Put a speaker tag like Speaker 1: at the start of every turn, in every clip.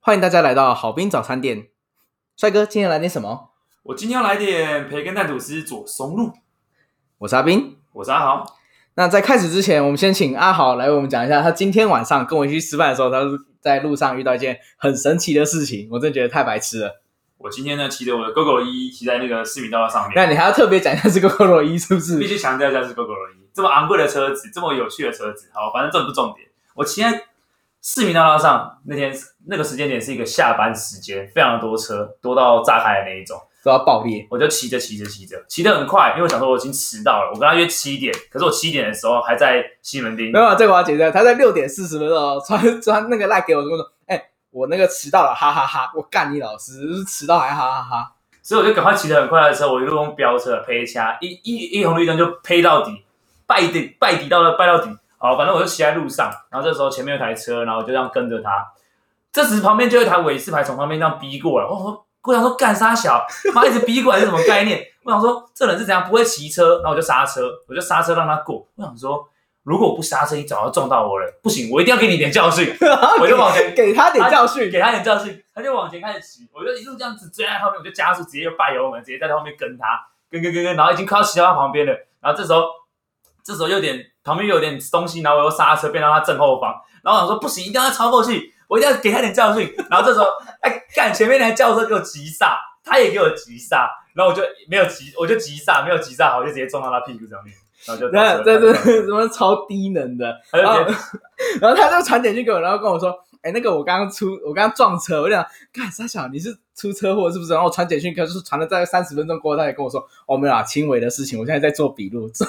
Speaker 1: 欢迎大家来到好兵早餐店。帅哥，今天来点什么？
Speaker 2: 我今天要来点培根蛋吐司佐松露。
Speaker 1: 我是阿兵。
Speaker 2: 我是阿豪，
Speaker 1: 那在开始之前，我们先请阿豪来为我们讲一下，他今天晚上跟我一起去吃饭的时候，他是在路上遇到一件很神奇的事情，我真的觉得太白痴了。
Speaker 2: 我今天呢骑着我的 GoGo 一骑在那个市民道上
Speaker 1: 那
Speaker 2: 面，
Speaker 1: 你还要特别讲一下这个 g o 一是不
Speaker 2: 必
Speaker 1: 是？
Speaker 2: 须强调一下是 GoGo 一，这么昂贵的车子，这么有趣的车子，好，反正这不重点。我骑在市民道上，那天那个时间点是一个下班时间，非常多车，多到炸开的那一种。
Speaker 1: 都要爆裂。
Speaker 2: 我就骑着骑着骑着，骑得很快，因为我想说我已经迟到了。我跟他约七点，可是我七点的时候还在西门町
Speaker 1: 没。有啊，这个我要解释。他在六点四十分的时候传传那个赖给我，跟我说：“哎、我那个迟到了，哈哈哈我干你老师，就是迟到还哈哈哈！
Speaker 2: 所以我就赶快骑得很快的时候，我一路用飙车飞掐，一一一红绿灯就飞到底，拜底拜底到了拜到底。好，反正我就骑在路上，然后这时候前面有台车，然后我就这样跟着他。这时旁边就有一台尾士牌从旁边这样逼过来，我说我想说干啥小，妈一直逼过来是什么概念？ 我想说这人是怎样不会骑车，然后我就刹车，我就刹车让他过。我想说如果我不刹车，你早就撞到我了，不行，我一定要给你点教训。我就往前
Speaker 1: 给他点教训。
Speaker 2: 给他点教训，他就往前开始骑，我就一路这样子追在他后面，我就加速，直接就拜油门，直接在他后面跟他，跟跟跟跟，然后已经快要骑到他旁边了，然后这时候，这时候又有点旁边又有点东西，然后我又刹车变到他正后方，然后我想说不行，一定要超过去，我一定要给他点教训，然后这时候，哎，干前面那台轿车给我急刹，他也给我急刹，然后我就没有急，我就急刹，没有急刹好，我就直接撞到他屁股上面，然后就倒
Speaker 1: 那
Speaker 2: 车
Speaker 1: 这这这什么超低能的，
Speaker 2: 他就
Speaker 1: 然后
Speaker 2: 直接
Speaker 1: 啊然后他就传简讯给我，然后跟我说：“哎、那个我刚刚出，我刚刚撞车。”我就想，干傻小，你是出车祸是不是？然后我传简讯，可是传了大概三十分钟过后，他也跟我说：“哦，没有啊，轻微的事情，我现在在做笔录。” 重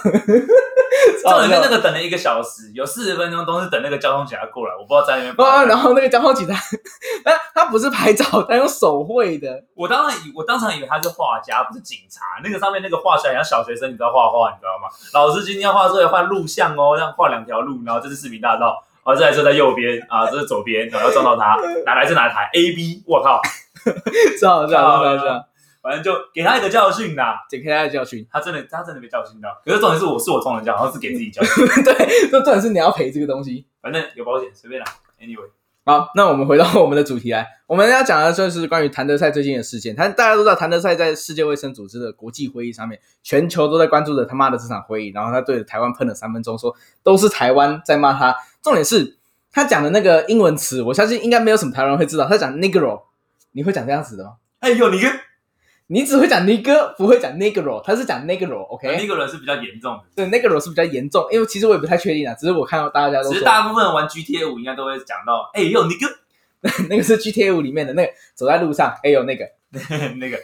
Speaker 2: 重点是那
Speaker 1: 个。
Speaker 2: 个等了一个小时，有四十分钟都是等那个交通警察过来，我不知道在那边发
Speaker 1: 哦，
Speaker 2: 生什么。
Speaker 1: 然后那个交通警察， 他他不是拍照，他用手绘的，
Speaker 2: 我当然以我当场以为他是画家，不是警察。那个上面那个画出来像小学生，你知道画画，你知道吗？老师今天要画这个画录像哦，这样画两条路，然后这是市民大道，啊，这台车在右边啊，这是左边，然后要撞到他，哪台是哪台？A B，我靠，
Speaker 1: 知道知道知道知道，
Speaker 2: 反正就给他一个教训啦。
Speaker 1: 解开他的教训。
Speaker 2: 他真的他真的被教训到，可是重点是我是我撞人家，好像是给自己教训，
Speaker 1: 对，这重点是你要赔这个东西。
Speaker 2: 反正有保险随便啦。Anyway，
Speaker 1: 好，那我们回到我们的主题来，我们要讲的就是关于谭德赛最近的事件。谭大家都知道，谭德赛在世界卫生组织的国际会议上面，全球都在关注着他妈的这场会议，然后他对着台湾喷了三分钟，说都是台湾在骂他。重点是他讲的那个英文词，我相信应该没有什么台湾人会知道。他讲 negro，你会讲这样子的吗？
Speaker 2: 哎呦，你跟
Speaker 1: 你只会讲尼哥，不会讲 negro，他是讲 negro，OK？、
Speaker 2: 那个人是比较严重的。
Speaker 1: 哎对，negro 是比较严重，因为其实我也不太确定啊，只是我看到大家都
Speaker 2: 只
Speaker 1: 说
Speaker 2: 是大部分玩 GTA 五应该都会讲到，哎、呦，你跟
Speaker 1: 那个是 GTA 五里面的那个走在路上，哎呦那个，
Speaker 2: 那个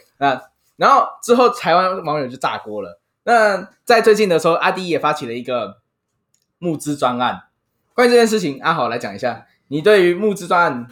Speaker 1: 然后之后台湾网友就炸锅了。那在最近的时候，阿迪也发起了一个募资专案，关于这件事情，阿豪来讲一下，你对于募资专案，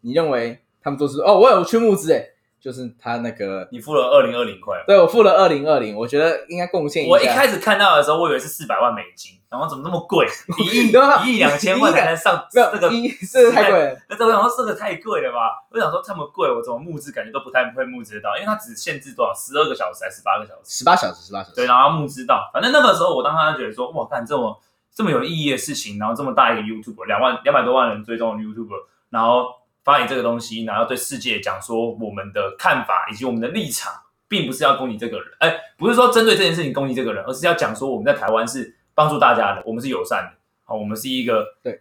Speaker 1: 你认为他们做出哦，我有去募资诶，就是他那个，
Speaker 2: 你付了二零二零块，
Speaker 1: 对我付了二零二零，我觉得应该贡献一下。
Speaker 2: 我一开始看到的时候，我以为是四百万美金，然后怎么那么贵？一亿
Speaker 1: 对啊
Speaker 2: 一亿两千万才能上
Speaker 1: 没有
Speaker 2: 这个，
Speaker 1: 一这个太贵了，
Speaker 2: 那我想说这个太贵了吧？我想说这么贵，我怎么募资感觉都不太会募资得到，因为它只限制多少十二个小时还是十八个小时？
Speaker 1: 十八小时，十八小时。
Speaker 2: 对，然后募资到，反正那个时候我当时觉得说，哇，干这么这么有意义的事情，然后这么大一个 YouTube，两万两百多万人追踪的 YouTube，然后发你这个东西，然后对世界讲说我们的看法以及我们的立场，并不是要攻击这个人，哎、不是说针对这件事情攻击这个人，而是要讲说我们在台湾是帮助大家的，我们是友善的，好，我们是一个
Speaker 1: 对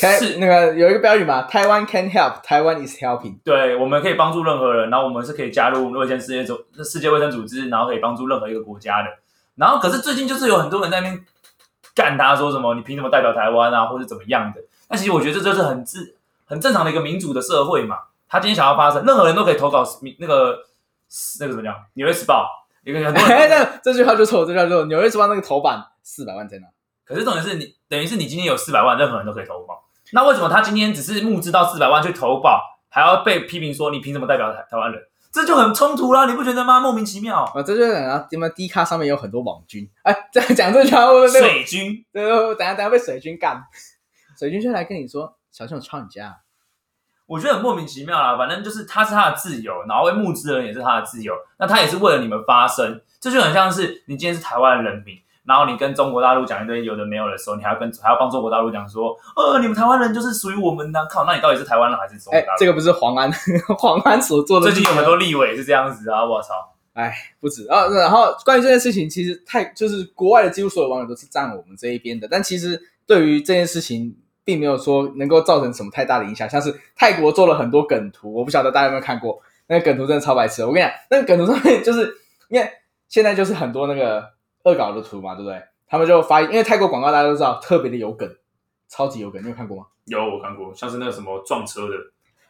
Speaker 1: 开
Speaker 2: 是
Speaker 1: 那个有一个标语嘛，台湾 can help，台湾 is helping。
Speaker 2: 对，我们可以帮助任何人，然后我们是可以加入卫生世界组世界卫生组织，然后可以帮助任何一个国家的。然后可是最近就是有很多人在那边干他，说什么你凭什么代表台湾啊，或者怎么样的？那其实我觉得这就是很自很正常的一个民主的社会嘛。他今天想要发生，任何人都可以投稿民那个那个怎么讲《纽约时报》，有个很多
Speaker 1: 哎，
Speaker 2: 人。
Speaker 1: 那这句话就错，这句话就错。纽约时报那个头版四百万在哪？
Speaker 2: 可是重点是你等于是你今天有四百万，任何人都可以投保。那为什么他今天只是募资到四百万去投保，还要被批评说你凭什么代表台台湾人？这就很冲突啦，你不觉得吗？莫名其妙。
Speaker 1: 啊，这就是讲到你们 D 咖上面有很多网军，哎，这样讲这句话会不会被
Speaker 2: 水军，
Speaker 1: 对对对等下等下被水军干？水军就来跟你说，小心我抄你家。
Speaker 2: 我觉得很莫名其妙啦。反正就是他是他的自由，然后为募资的人也是他的自由，那他也是为了你们发声，这就很像是你今天是台湾人民，然后你跟中国大陆讲一堆有的没有的时候，你还要跟还要帮中国大陆讲说，呃，你们台湾人就是属于我们的、靠，那你到底是台湾人还是中国
Speaker 1: 哎
Speaker 2: 大陆？，
Speaker 1: 这个不是黄安 黄安所做的
Speaker 2: 最
Speaker 1: 事情
Speaker 2: 近有很多立委是这样子啊，我操！
Speaker 1: 不止啊。然后关于这件事情，其实太就是国外的几乎所有网友都是站我们这一边的，但其实对于这件事情，并没有说能够造成什么太大的影响。像是泰国做了很多梗图，我不晓得大家有没有看过，那个梗图真的超白痴的。我跟你讲，那个梗图上面就是因为现在就是很多那个恶搞的图嘛，对不对？他们就发，因为泰国广告大家都知道特别的有梗，超级有梗，你有看过吗？
Speaker 2: 有我看过，像是那个什么撞车的，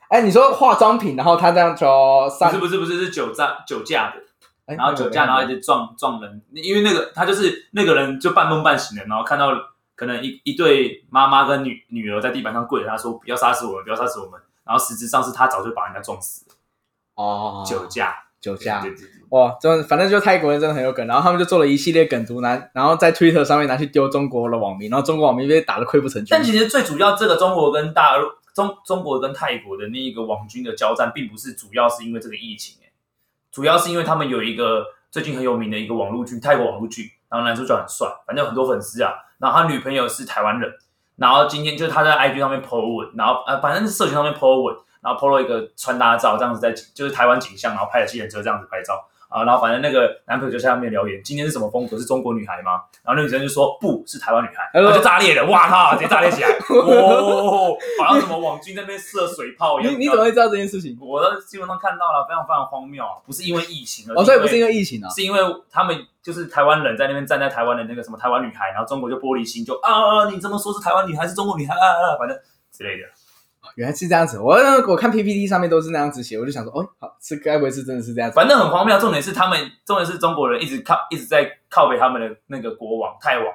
Speaker 1: 哎，你说化妆品，然后他这样就
Speaker 2: 不
Speaker 1: 上
Speaker 2: 是，不是不是是酒驾酒驾的，
Speaker 1: 哎
Speaker 2: 然后酒驾，然后一直撞撞人，因为那个他就是那个人就半梦半醒的，然后看到可能一一对妈妈跟女女儿在地板上跪着，他说不要杀死我们，不要杀死我们，然后实质上是他早就把人家撞死了，
Speaker 1: 哦，
Speaker 2: 酒驾，
Speaker 1: 酒驾
Speaker 2: 对，对对，对
Speaker 1: 哇，真的，反正就泰国人真的很有梗，然后他们就做了一系列梗图，然然后在 Twitter 上面拿去丢中国的网民，然后中国网民被打得溃不成军
Speaker 2: 但。其实最主要，这个中国跟大陆、中中国跟泰国的那一个网军的交战，并不是主要是因为这个疫情、欸，主要是因为他们有一个最近很有名的一个网络剧，泰国网络剧，然后男主角很帅，反正有很多粉丝啊，然后他女朋友是台湾人，然后今天就是他在 IG 上面 po 文，然后呃，反正是社群上面 po 文，然后 po 了一个穿搭照，这样子在就是台湾景象，然后拍了计程车这样子拍照。啊，然后反正那个男朋友就下面留言，今天是什么风格？是中国女孩吗？然后那女生就说不是台湾女孩，
Speaker 1: 哎
Speaker 2: 然
Speaker 1: 呦
Speaker 2: 后就炸裂了，哇靠，直接炸裂 起来，哦，好像什么网军在那边射水炮一样。
Speaker 1: 你你怎么会知道这件事情？
Speaker 2: 我在新闻上看到了，非常非常荒谬啊！不是因为疫情而
Speaker 1: 哦，所以不是因
Speaker 2: 为
Speaker 1: 为疫情啊，
Speaker 2: 是因为他们就是台湾人在那边站在台湾的那个什么台湾女孩，然后中国就玻璃心，就啊，你这么说是台湾女孩是中国女孩啊啊，啊反正之类的。
Speaker 1: 原来是这样子。我我看 PPT 上面都是那样子写，我就想说，哦，好，是该不会是真的是 这样子？
Speaker 2: 反正很荒谬。重点是他们，重点是中国人一直靠一直在靠北他们的那个国王泰王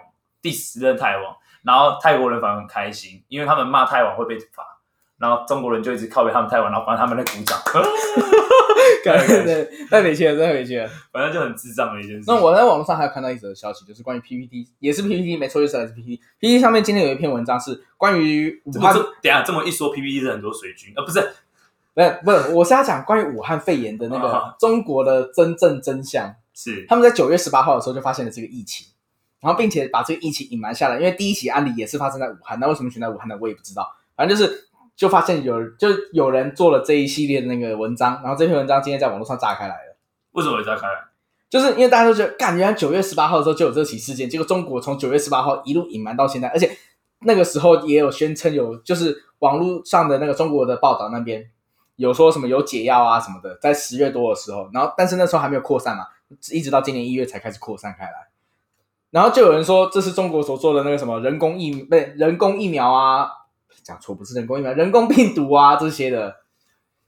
Speaker 2: 第十任泰王，然后泰国人反而很开心，因为他们骂泰王会被罚，然后中国人就一直靠北他们泰王，然后反正他们在鼓掌，
Speaker 1: 感觉 对，太委屈了，太委屈了。
Speaker 2: 反正就很智障的一件事。
Speaker 1: 那我在网络上还有看到一则消息，就是关于 PPT，也是 PPT，没错，就是来自 PPT。PPT 上面今天有一篇文章是关于武
Speaker 2: 这
Speaker 1: 汉
Speaker 2: 这等一下这么一说，PPT 是很多水军，呃，不是
Speaker 1: 不是不是，我是要讲关于武汉肺炎的那个
Speaker 2: 啊
Speaker 1: 中国的真正真相。
Speaker 2: 是
Speaker 1: 他们在九月十八号的时候就发现了这个疫情，然后并且把这个疫情隐瞒下来，因为第一起案例也是发生在武汉，那为什么选在武汉呢？我也不知道，反正就是就发现有就有人做了这一系列的那个文章，然后这篇文章今天在网络上炸开来了。
Speaker 2: 为什么我知道开来？
Speaker 1: 就是因为大家都觉得，干，原来九月十八号的时候就有这起事件，结果中国从九月十八号一路隐瞒到现在，而且那个时候也有宣称有，就是网络上的那个中国的报道那边有说什么有解药啊什么的，在十月多的时候，然后但是那时候还没有扩散嘛，一直到今年一月才开始扩散开来。然后就有人说这是中国所做的那个什么人工疫，不是人工疫苗啊，讲错不是人工疫苗，人工病毒啊这些的，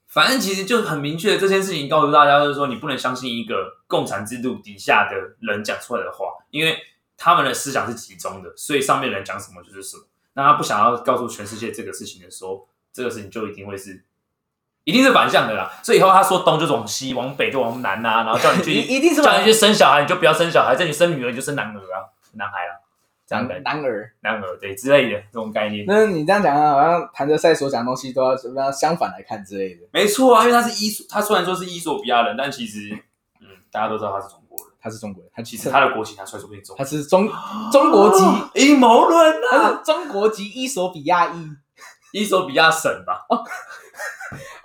Speaker 2: 反正其实就很明确的这件事情告诉大家，就是说你不能相信一个共产制度底下的人讲出来的话，因为他们的思想是集中的，所以上面人讲什么就是什么。那他不想要告诉全世界这个事情的时候，这个事情就一定会是，一定是反向的啦。所以以后他说东就是往西，往北就往南啊，然后叫你去
Speaker 1: 一一定是往
Speaker 2: 叫你去生小孩，你就不要生小孩；叫你生女儿，你就生男儿啊，男孩啊，这样的感觉
Speaker 1: 男儿。
Speaker 2: 男儿对之类的这种概念。
Speaker 1: 那你这样讲啊，好像谭德赛所讲的东西都要怎么样相反来看之类的。
Speaker 2: 没错啊，因为他是伊索，他虽然说是伊索比亚人，但其实，嗯，大家都知道他是中国人。
Speaker 1: 他是中国人，他其
Speaker 2: 其实
Speaker 1: 实
Speaker 2: 他的国旗拿出来说不定中
Speaker 1: 他是中中国 籍，
Speaker 2: 哦阴谋论
Speaker 1: 他
Speaker 2: 啊，
Speaker 1: 是中国籍伊索比亚裔。
Speaker 2: 伊索比亚省吧？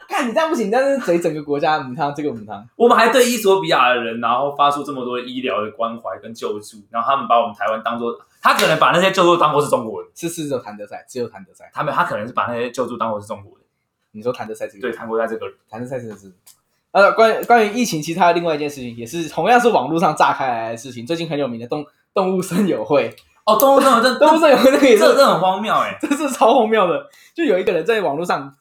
Speaker 1: 看你这样不行，但是嘴整个国家母汤这个母汤，
Speaker 2: 我们还对伊索比亚的人，然后发出这么多医疗的关怀跟救助，然后他们把我们台湾当做，他可能把那些救助当做是中国人，
Speaker 1: 是是只有谭德赛，只有谭德赛。
Speaker 2: 他们他可能是把那些救助当做是中国人，
Speaker 1: 你说谭德赛这个，
Speaker 2: 对，，韩国在这个人
Speaker 1: 谭德赛真的是。呃，关于关于疫情，其实还有另外一件事情，也是同样是网络上炸开来的事情。最近很有名的动动物森友会，
Speaker 2: 哦，动物这这
Speaker 1: 动物森友会那个也
Speaker 2: 这
Speaker 1: 是
Speaker 2: 这这很荒谬 哎、
Speaker 1: 这是超荒谬的。就有一个人在网络上，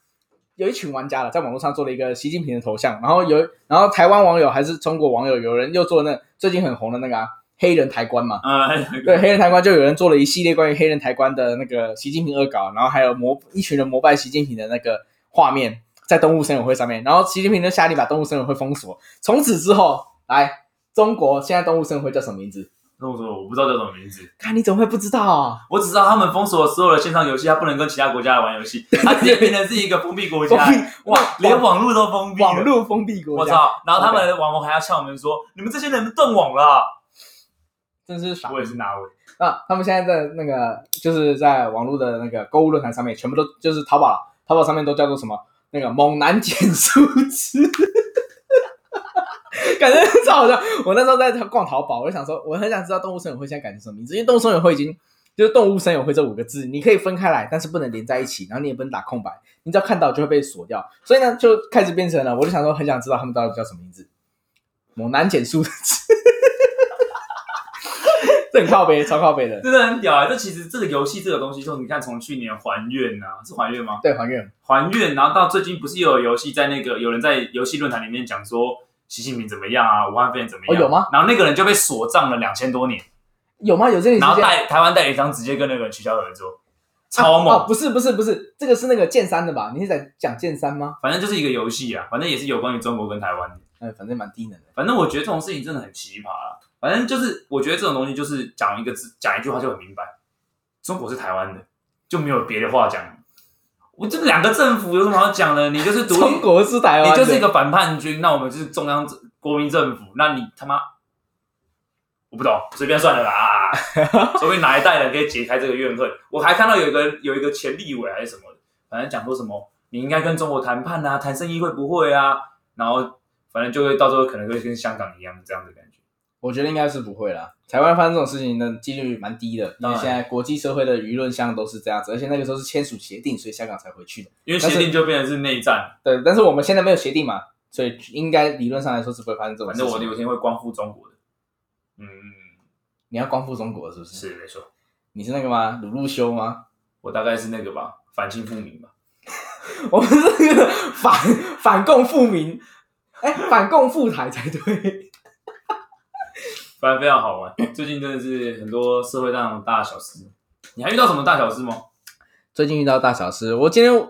Speaker 1: 有一群玩家了，在网络上做了一个习近平的头像，然后有，然后台湾网友还是中国网友，有人又做那最近很红的那个、啊、黑人抬棺嘛。
Speaker 2: 嗯，
Speaker 1: 对，黑人抬棺就有人做了一系列关于黑人抬棺的那个习近平恶搞，然后还有膜一群人膜拜习近平的那个画面在动物森友会上面，然后习近平就下令把动物森友会封锁，从此之后来。中国现在动物森友会叫什么名字？
Speaker 2: 动物森友会我不知道叫什么名字，
Speaker 1: 看你怎么会不知道、啊？
Speaker 2: 我只知道他们封锁所有的线上游戏，他不能跟其他国家玩 游戏，他直接变成是一个封闭国
Speaker 1: 封
Speaker 2: 家，
Speaker 1: 闭
Speaker 2: 哇，连网络都封闭了，
Speaker 1: 网络封闭国
Speaker 2: 我
Speaker 1: 家，
Speaker 2: 操！然后他们的网红还要呛我们说：“你们这些人断网了啊、
Speaker 1: 真是傻
Speaker 2: 我。也是纳威，
Speaker 1: 那啊他们现在在那个就是在网络的那个购物论坛上面，全部都就是淘宝了，淘宝上面都叫做什么那个猛男减数值。 感觉超好笑。我那时候在逛淘宝，我就想说，我很想知道动物森友会现在改成什么名字，因为动物森友会已经就是动物森友会这五个字，你可以分开来，但是不能连在一起，然后你也不能打空白，你只要看到就会被锁掉。所以呢，就开始变成了，我就想说，很想知道他们到底叫什么名字。猛男减数值， 这很靠北，超靠北的。
Speaker 2: 真的很屌啊！这其实这个游戏这个东西，就你看从去年还愿啊，是还愿吗？
Speaker 1: 对，还愿
Speaker 2: 还愿，然后到最近不是又有游戏在那个有人在游戏论坛里面讲说习近平怎么样啊，武汉肺炎怎么样？
Speaker 1: 哦有吗？
Speaker 2: 然后那个人就被锁账了两千多年，
Speaker 1: 有吗？有这个
Speaker 2: 然
Speaker 1: 事
Speaker 2: 后
Speaker 1: 件？
Speaker 2: 代台湾代理商直接跟那个人取消合作，超猛！
Speaker 1: 啊！不是不是不是，这个是那个剑三的吧？你是在讲剑三吗？
Speaker 2: 反正就是一个游戏啊，反正也是有关于中国跟台湾的。
Speaker 1: 嗯，反正蛮低能的。
Speaker 2: 哎反正我觉得这种事情真的很奇葩啦。反正就是我觉得这种东西就是讲一个字，讲一句话就很明白，中国是台湾的，就没有别的话讲。我这两个政府有什么好讲的？你就是独立
Speaker 1: 中，国是台湾
Speaker 2: 你
Speaker 1: 的，
Speaker 2: 就是一个反叛军，那我们就是中央政国民政府，那你他妈我不懂，随便算了啦， 说不定哪一代人可以解开这个怨恨。我还看到有一个有一个前立委还是什么的，反正讲说什么你应该跟中国谈判啊，谈生意会不会啊？然后反正就会到时候可能会跟香港一样这样的感觉。
Speaker 1: 我觉得应该是不会啦。台湾发生这种事情的几率蛮低的，因
Speaker 2: 当
Speaker 1: 为
Speaker 2: 然
Speaker 1: 现在国际社会的舆论向都是这样子，而且那个时候是签署协定，所以香港才回去的。
Speaker 2: 因为协
Speaker 1: 但
Speaker 2: 定就变成是内战，
Speaker 1: 对，但是我们现在没有协定嘛，所以应该理论上来说是不会发生这种
Speaker 2: 反
Speaker 1: 事
Speaker 2: 正
Speaker 1: 情。
Speaker 2: 我有一天会光复中国的。嗯，
Speaker 1: 你要光复中国是不是？
Speaker 2: 是没错，
Speaker 1: 你是那个吗？鲁路修吗？
Speaker 2: 我大概是那个吧，反清复明吧。
Speaker 1: 我们是那个反反共复明，哎、反共复台才对。
Speaker 2: 反正非常 好玩。最近真的是很多社会上的大小事，你还遇到什么大小事吗？
Speaker 1: 最近遇到大小事，我今天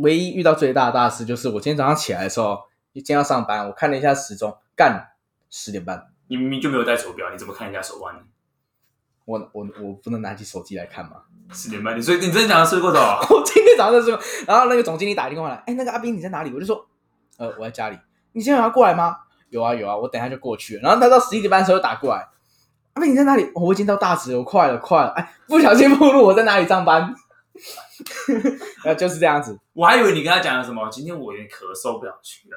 Speaker 1: 唯一遇到最大的大事就是我今天早上起来的时候，今天要上班，我看了一下时钟，干十点半。
Speaker 2: 你明明就没有戴手表，你怎么看人家手腕呢？
Speaker 1: 我我我不能拿起手机来看吗？
Speaker 2: 十点半，你所以你真的讲到睡过头 啊？
Speaker 1: 我今天早上在说，然后那个总经理打电话来，哎，那个阿斌你在哪里？我就说，呃，我在家里。你今天有要过来吗？有啊有啊，我等一下就过去了。然后他到十一点半的时候又打过来，阿斌你在哪里？哦我已经到大直了，我快了快了。哎，不小心暴露我在哪里上班。 呃，就是这样子。
Speaker 2: 我还以为你跟他讲了什么，今天我有点咳嗽，不想去了。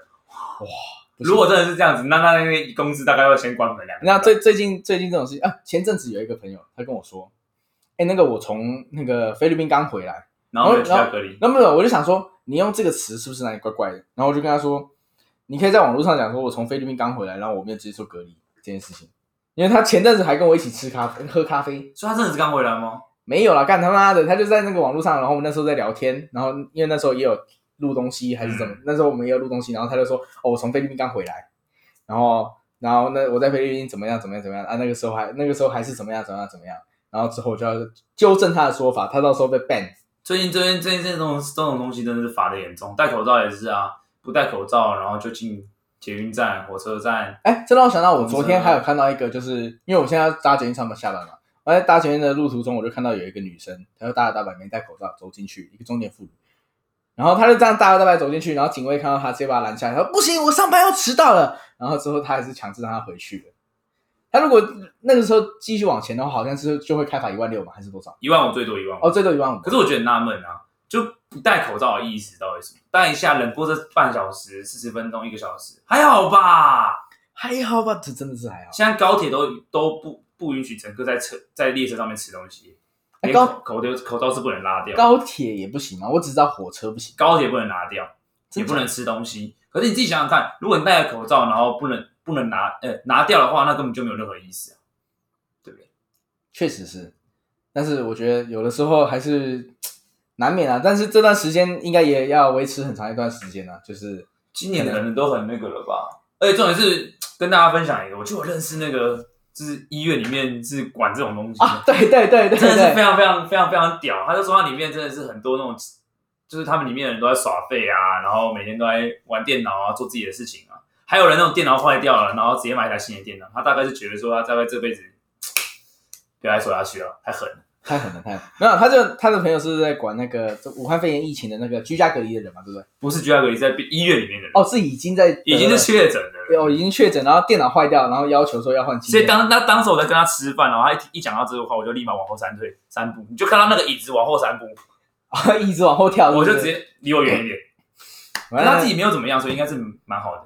Speaker 1: 不是
Speaker 2: 如果真的是这样子，那那那个公司大概要先关门两个礼拜。
Speaker 1: 那最最近最近这种事情啊，前阵子有一个朋友他跟我说，哎，那个我从那个菲律宾刚回来，
Speaker 2: 然后没有居家隔离，
Speaker 1: 那么我就想说，你用这个词是不是哪里怪怪的？然后我就跟他说，你可以在网络上讲说，我从菲律宾刚回来，然后我没有接受隔离这件事情。因为他前阵子还跟我一起吃咖啡、喝咖啡，
Speaker 2: 所以他真的是刚回来吗？
Speaker 1: 没有啦，干他妈的，他就在那个网络上，然后我们那时候在聊天，然后因为那时候也有录东西还是怎么，那时候我们也有录东西，然后他就说，哦，我从菲律宾刚回来，然后然后呢，我在菲律宾怎么样怎么样怎么样啊，那个时候还那个时候还是怎么样怎么样怎么样，然后之后我就要纠正他的说法，他到时候被 ban，
Speaker 2: 最近最近最近这种这种东西真的是罚的严重，戴口罩也是啊，不戴口罩然后就进捷运站、火车站，
Speaker 1: 哎，这让我想到，我
Speaker 2: 同
Speaker 1: 昨
Speaker 2: 事
Speaker 1: 天
Speaker 2: 啊
Speaker 1: 还有看到一个，就是因为我现在要搭捷运上班下班嘛，我在搭捷运的路途中，我就看到有一个女生，她就大摇大摆没戴口罩走进去，一个中年妇女，然后她就这样大摇大摆走进去，然后警卫看到她，直接把她拦下来，她说不行，我上班要迟到了，然后之后她还是强制让她回去了。她如果那个时候继续往前的话，好像是就会开罚一万六嘛，还是多少？
Speaker 2: 一万五最多一万五
Speaker 1: 哦，。最多一万五。
Speaker 2: 可是我觉得很纳闷啊，就不戴口罩的意思到底是什么？戴一下冷过这半小时、四十分钟、一个小时，还好吧？
Speaker 1: 还好吧，这真的是还好。
Speaker 2: 现在高铁都都不不允许乘客在车在列车上面吃东西，
Speaker 1: 哎
Speaker 2: 连
Speaker 1: 高
Speaker 2: 口口罩口罩是不能拉掉，
Speaker 1: 高铁也不行吗？我只知道火车不行，
Speaker 2: 高铁不能拿掉，也
Speaker 1: 真
Speaker 2: 不
Speaker 1: 假
Speaker 2: 能吃东西。可是你自己想想看，如果你戴了口罩，然后不能不能拿呃拿掉的话，那根本就没有任何意思啊，对不对？
Speaker 1: 确实是，但是我觉得有的时候还是难免啊。但是这段时间应该也要维持很长一段时间啊，就是
Speaker 2: 今年的人都很那个了吧？而且重点是跟大家分享一个，我就我认识那个就是医院里面是管这种东西的。
Speaker 1: 啊，对对对对
Speaker 2: 真的是非
Speaker 1: 对，
Speaker 2: 常非常非常非常屌。他就说他里面真的是很多那种，就是他们里面的人都在耍废啊，然后每天都在玩电脑啊，做自己的事情啊。还有人那种电脑坏掉了，然后直接买一台新的电脑。他大概是觉得说他大概这辈子不要再说下去了，太狠了。
Speaker 1: 太狠了太狠了。没有，他就他的朋友是在管那个这武汉肺炎疫情的那个居家隔离的人嘛，对不对？
Speaker 2: 不是居家隔离，在医院里面的人、
Speaker 1: 哦，是已经在
Speaker 2: 已经是确诊的人，
Speaker 1: 哦已经确诊，然后电脑坏掉，然后要求说要换
Speaker 2: 所
Speaker 1: 机
Speaker 2: 以
Speaker 1: 电。
Speaker 2: 当那当时我在跟他吃饭，然后他一一讲到这个话，我就立马往后闪退三步，你就看到那个椅子往后三步，
Speaker 1: 啊，哎一直往后跳，
Speaker 2: 我
Speaker 1: 是
Speaker 2: 就
Speaker 1: 不
Speaker 2: 直
Speaker 1: 是
Speaker 2: 接离我远一点。
Speaker 1: 反
Speaker 2: 但
Speaker 1: 正
Speaker 2: 他自己没有怎么样，所以应该是蛮好的。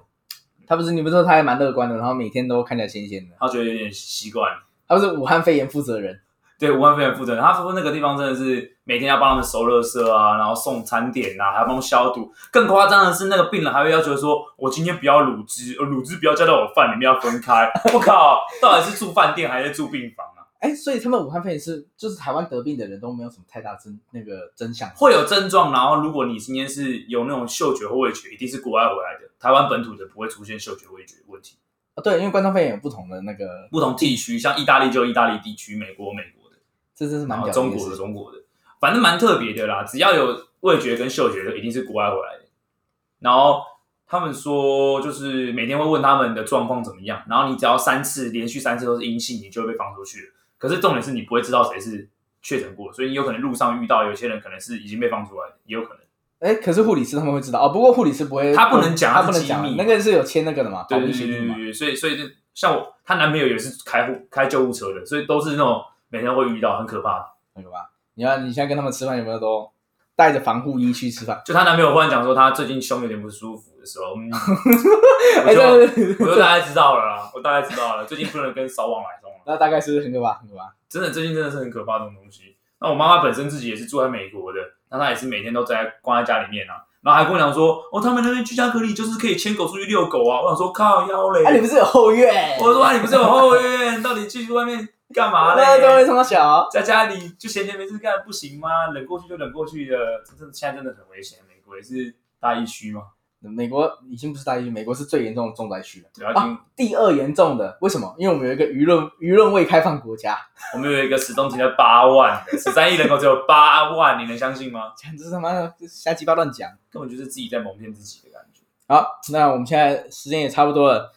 Speaker 1: 他不是你不是说他还蛮乐观的，然后每天都看起来新鲜的。
Speaker 2: 他觉得有点习惯了。
Speaker 1: 他不是武汉肺炎负责人，
Speaker 2: 对，武汉肺炎负责人，他说那个地方真的是每天要帮他们收垃圾啊，然后送餐点啊，还要帮他们消毒。更夸张的是，那个病人还会要求说：“我今天不要卤汁，呃卤汁不要加到我饭里面，要分开。”我靠，到底是住饭店还是住病房啊？
Speaker 1: 哎，所以他们武汉肺炎是就是台湾得病的人都没有什么太大真那个真相。啊
Speaker 2: 会有症状，然后如果你今天是有那种嗅觉或味觉，一定是国外回来的，台湾本土的不会出现嗅觉味觉问题。
Speaker 1: 啊对，因为冠状肺炎有不同的那个，
Speaker 2: 不同地区，像意大利就意大利地区，美国美国的，
Speaker 1: 这真是蛮
Speaker 2: 然
Speaker 1: 屌的一
Speaker 2: 后哦中
Speaker 1: 件
Speaker 2: 国
Speaker 1: 事
Speaker 2: 的
Speaker 1: 情
Speaker 2: 中国的，反正蛮特别的啦。只要有味觉跟嗅觉的，一定是国外回来的。然后他们说，就是每天会问他们的状况怎么样，然后你只要三次连续三次都是阴性，你就会被放出去了。可是重点是你不会知道谁是确诊过的，所以你有可能路上遇到有些人可能是已经被放出来的，也有可能。
Speaker 1: 哎，可是护理师他们会知道哦，不过护理师不会，
Speaker 2: 他不能讲
Speaker 1: 他
Speaker 2: 他
Speaker 1: 不
Speaker 2: 是
Speaker 1: 能
Speaker 2: 机
Speaker 1: 讲，
Speaker 2: 密
Speaker 1: 那个是有签那个的嘛，
Speaker 2: 对
Speaker 1: 保
Speaker 2: 对
Speaker 1: 密
Speaker 2: 对
Speaker 1: 协
Speaker 2: 对
Speaker 1: 定
Speaker 2: 对
Speaker 1: 嘛。
Speaker 2: 对，所以所以就像我她男朋友也是开护开救护车的，所以都是那种每天会遇到很可怕的。
Speaker 1: 那个吧。你看你现在跟他们吃饭有没有都带着防护衣去吃饭？
Speaker 2: 就她男朋友忽然讲说她最近胸有点不舒服的时候， 嗯，我
Speaker 1: 哎，
Speaker 2: 就、
Speaker 1: 对对对
Speaker 2: 我就大概知道了啦，我大概知道了，最近不能跟骚往来往了，
Speaker 1: 那大概是不是很可怕？很可怕。
Speaker 2: 真的最近真的是很可怕这种东西。那我妈妈本身自己也是住在美国的，那她也是每天都在关在家里面啊，然后还跟我讲说，哦，他们那边居家隔离就是可以牵狗出去遛狗啊，我想说靠腰嘞，
Speaker 1: 哎，你不是有后院？
Speaker 2: 我说啊你不是有后院，到底去外面干嘛嘞？
Speaker 1: 那都会从小。
Speaker 2: 在家里就闲闲没事干不行吗？忍过去就忍过去的，真的现在真的很危险。美国也是大疫区嘛，
Speaker 1: 美国已经不是大疫区，美国是最严重的重灾区了，
Speaker 2: 对啊，已经
Speaker 1: 第二严重的。为什么？因为我们有一个舆论舆论未开放国家，
Speaker 2: 我们有一个始终停在八万的，十三亿人口只有八万，你能相信吗？
Speaker 1: 简直他妈的瞎鸡巴乱讲。
Speaker 2: 根本就是自己在蒙骗自己的感觉。
Speaker 1: 好，那我们现在时间也差不多了，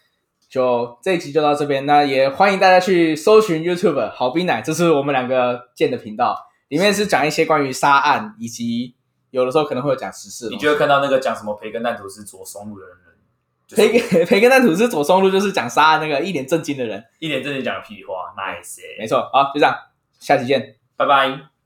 Speaker 1: 就这一集就到这边。那也欢迎大家去搜寻 YouTube 好冰奶，这是我们两个建的频道，里面是讲一些关于杀案以及有的时候可能会有讲时事的
Speaker 2: 你
Speaker 1: 东西。
Speaker 2: 就会看到那个讲什么培根蛋吐司左松路的人，就是
Speaker 1: 培根培根蛋吐司左松路就是讲杀案那个一脸正经的人，
Speaker 2: 一脸正经讲屁话，nice，欸
Speaker 1: 没错。好，就这样，下期见。
Speaker 2: 拜拜。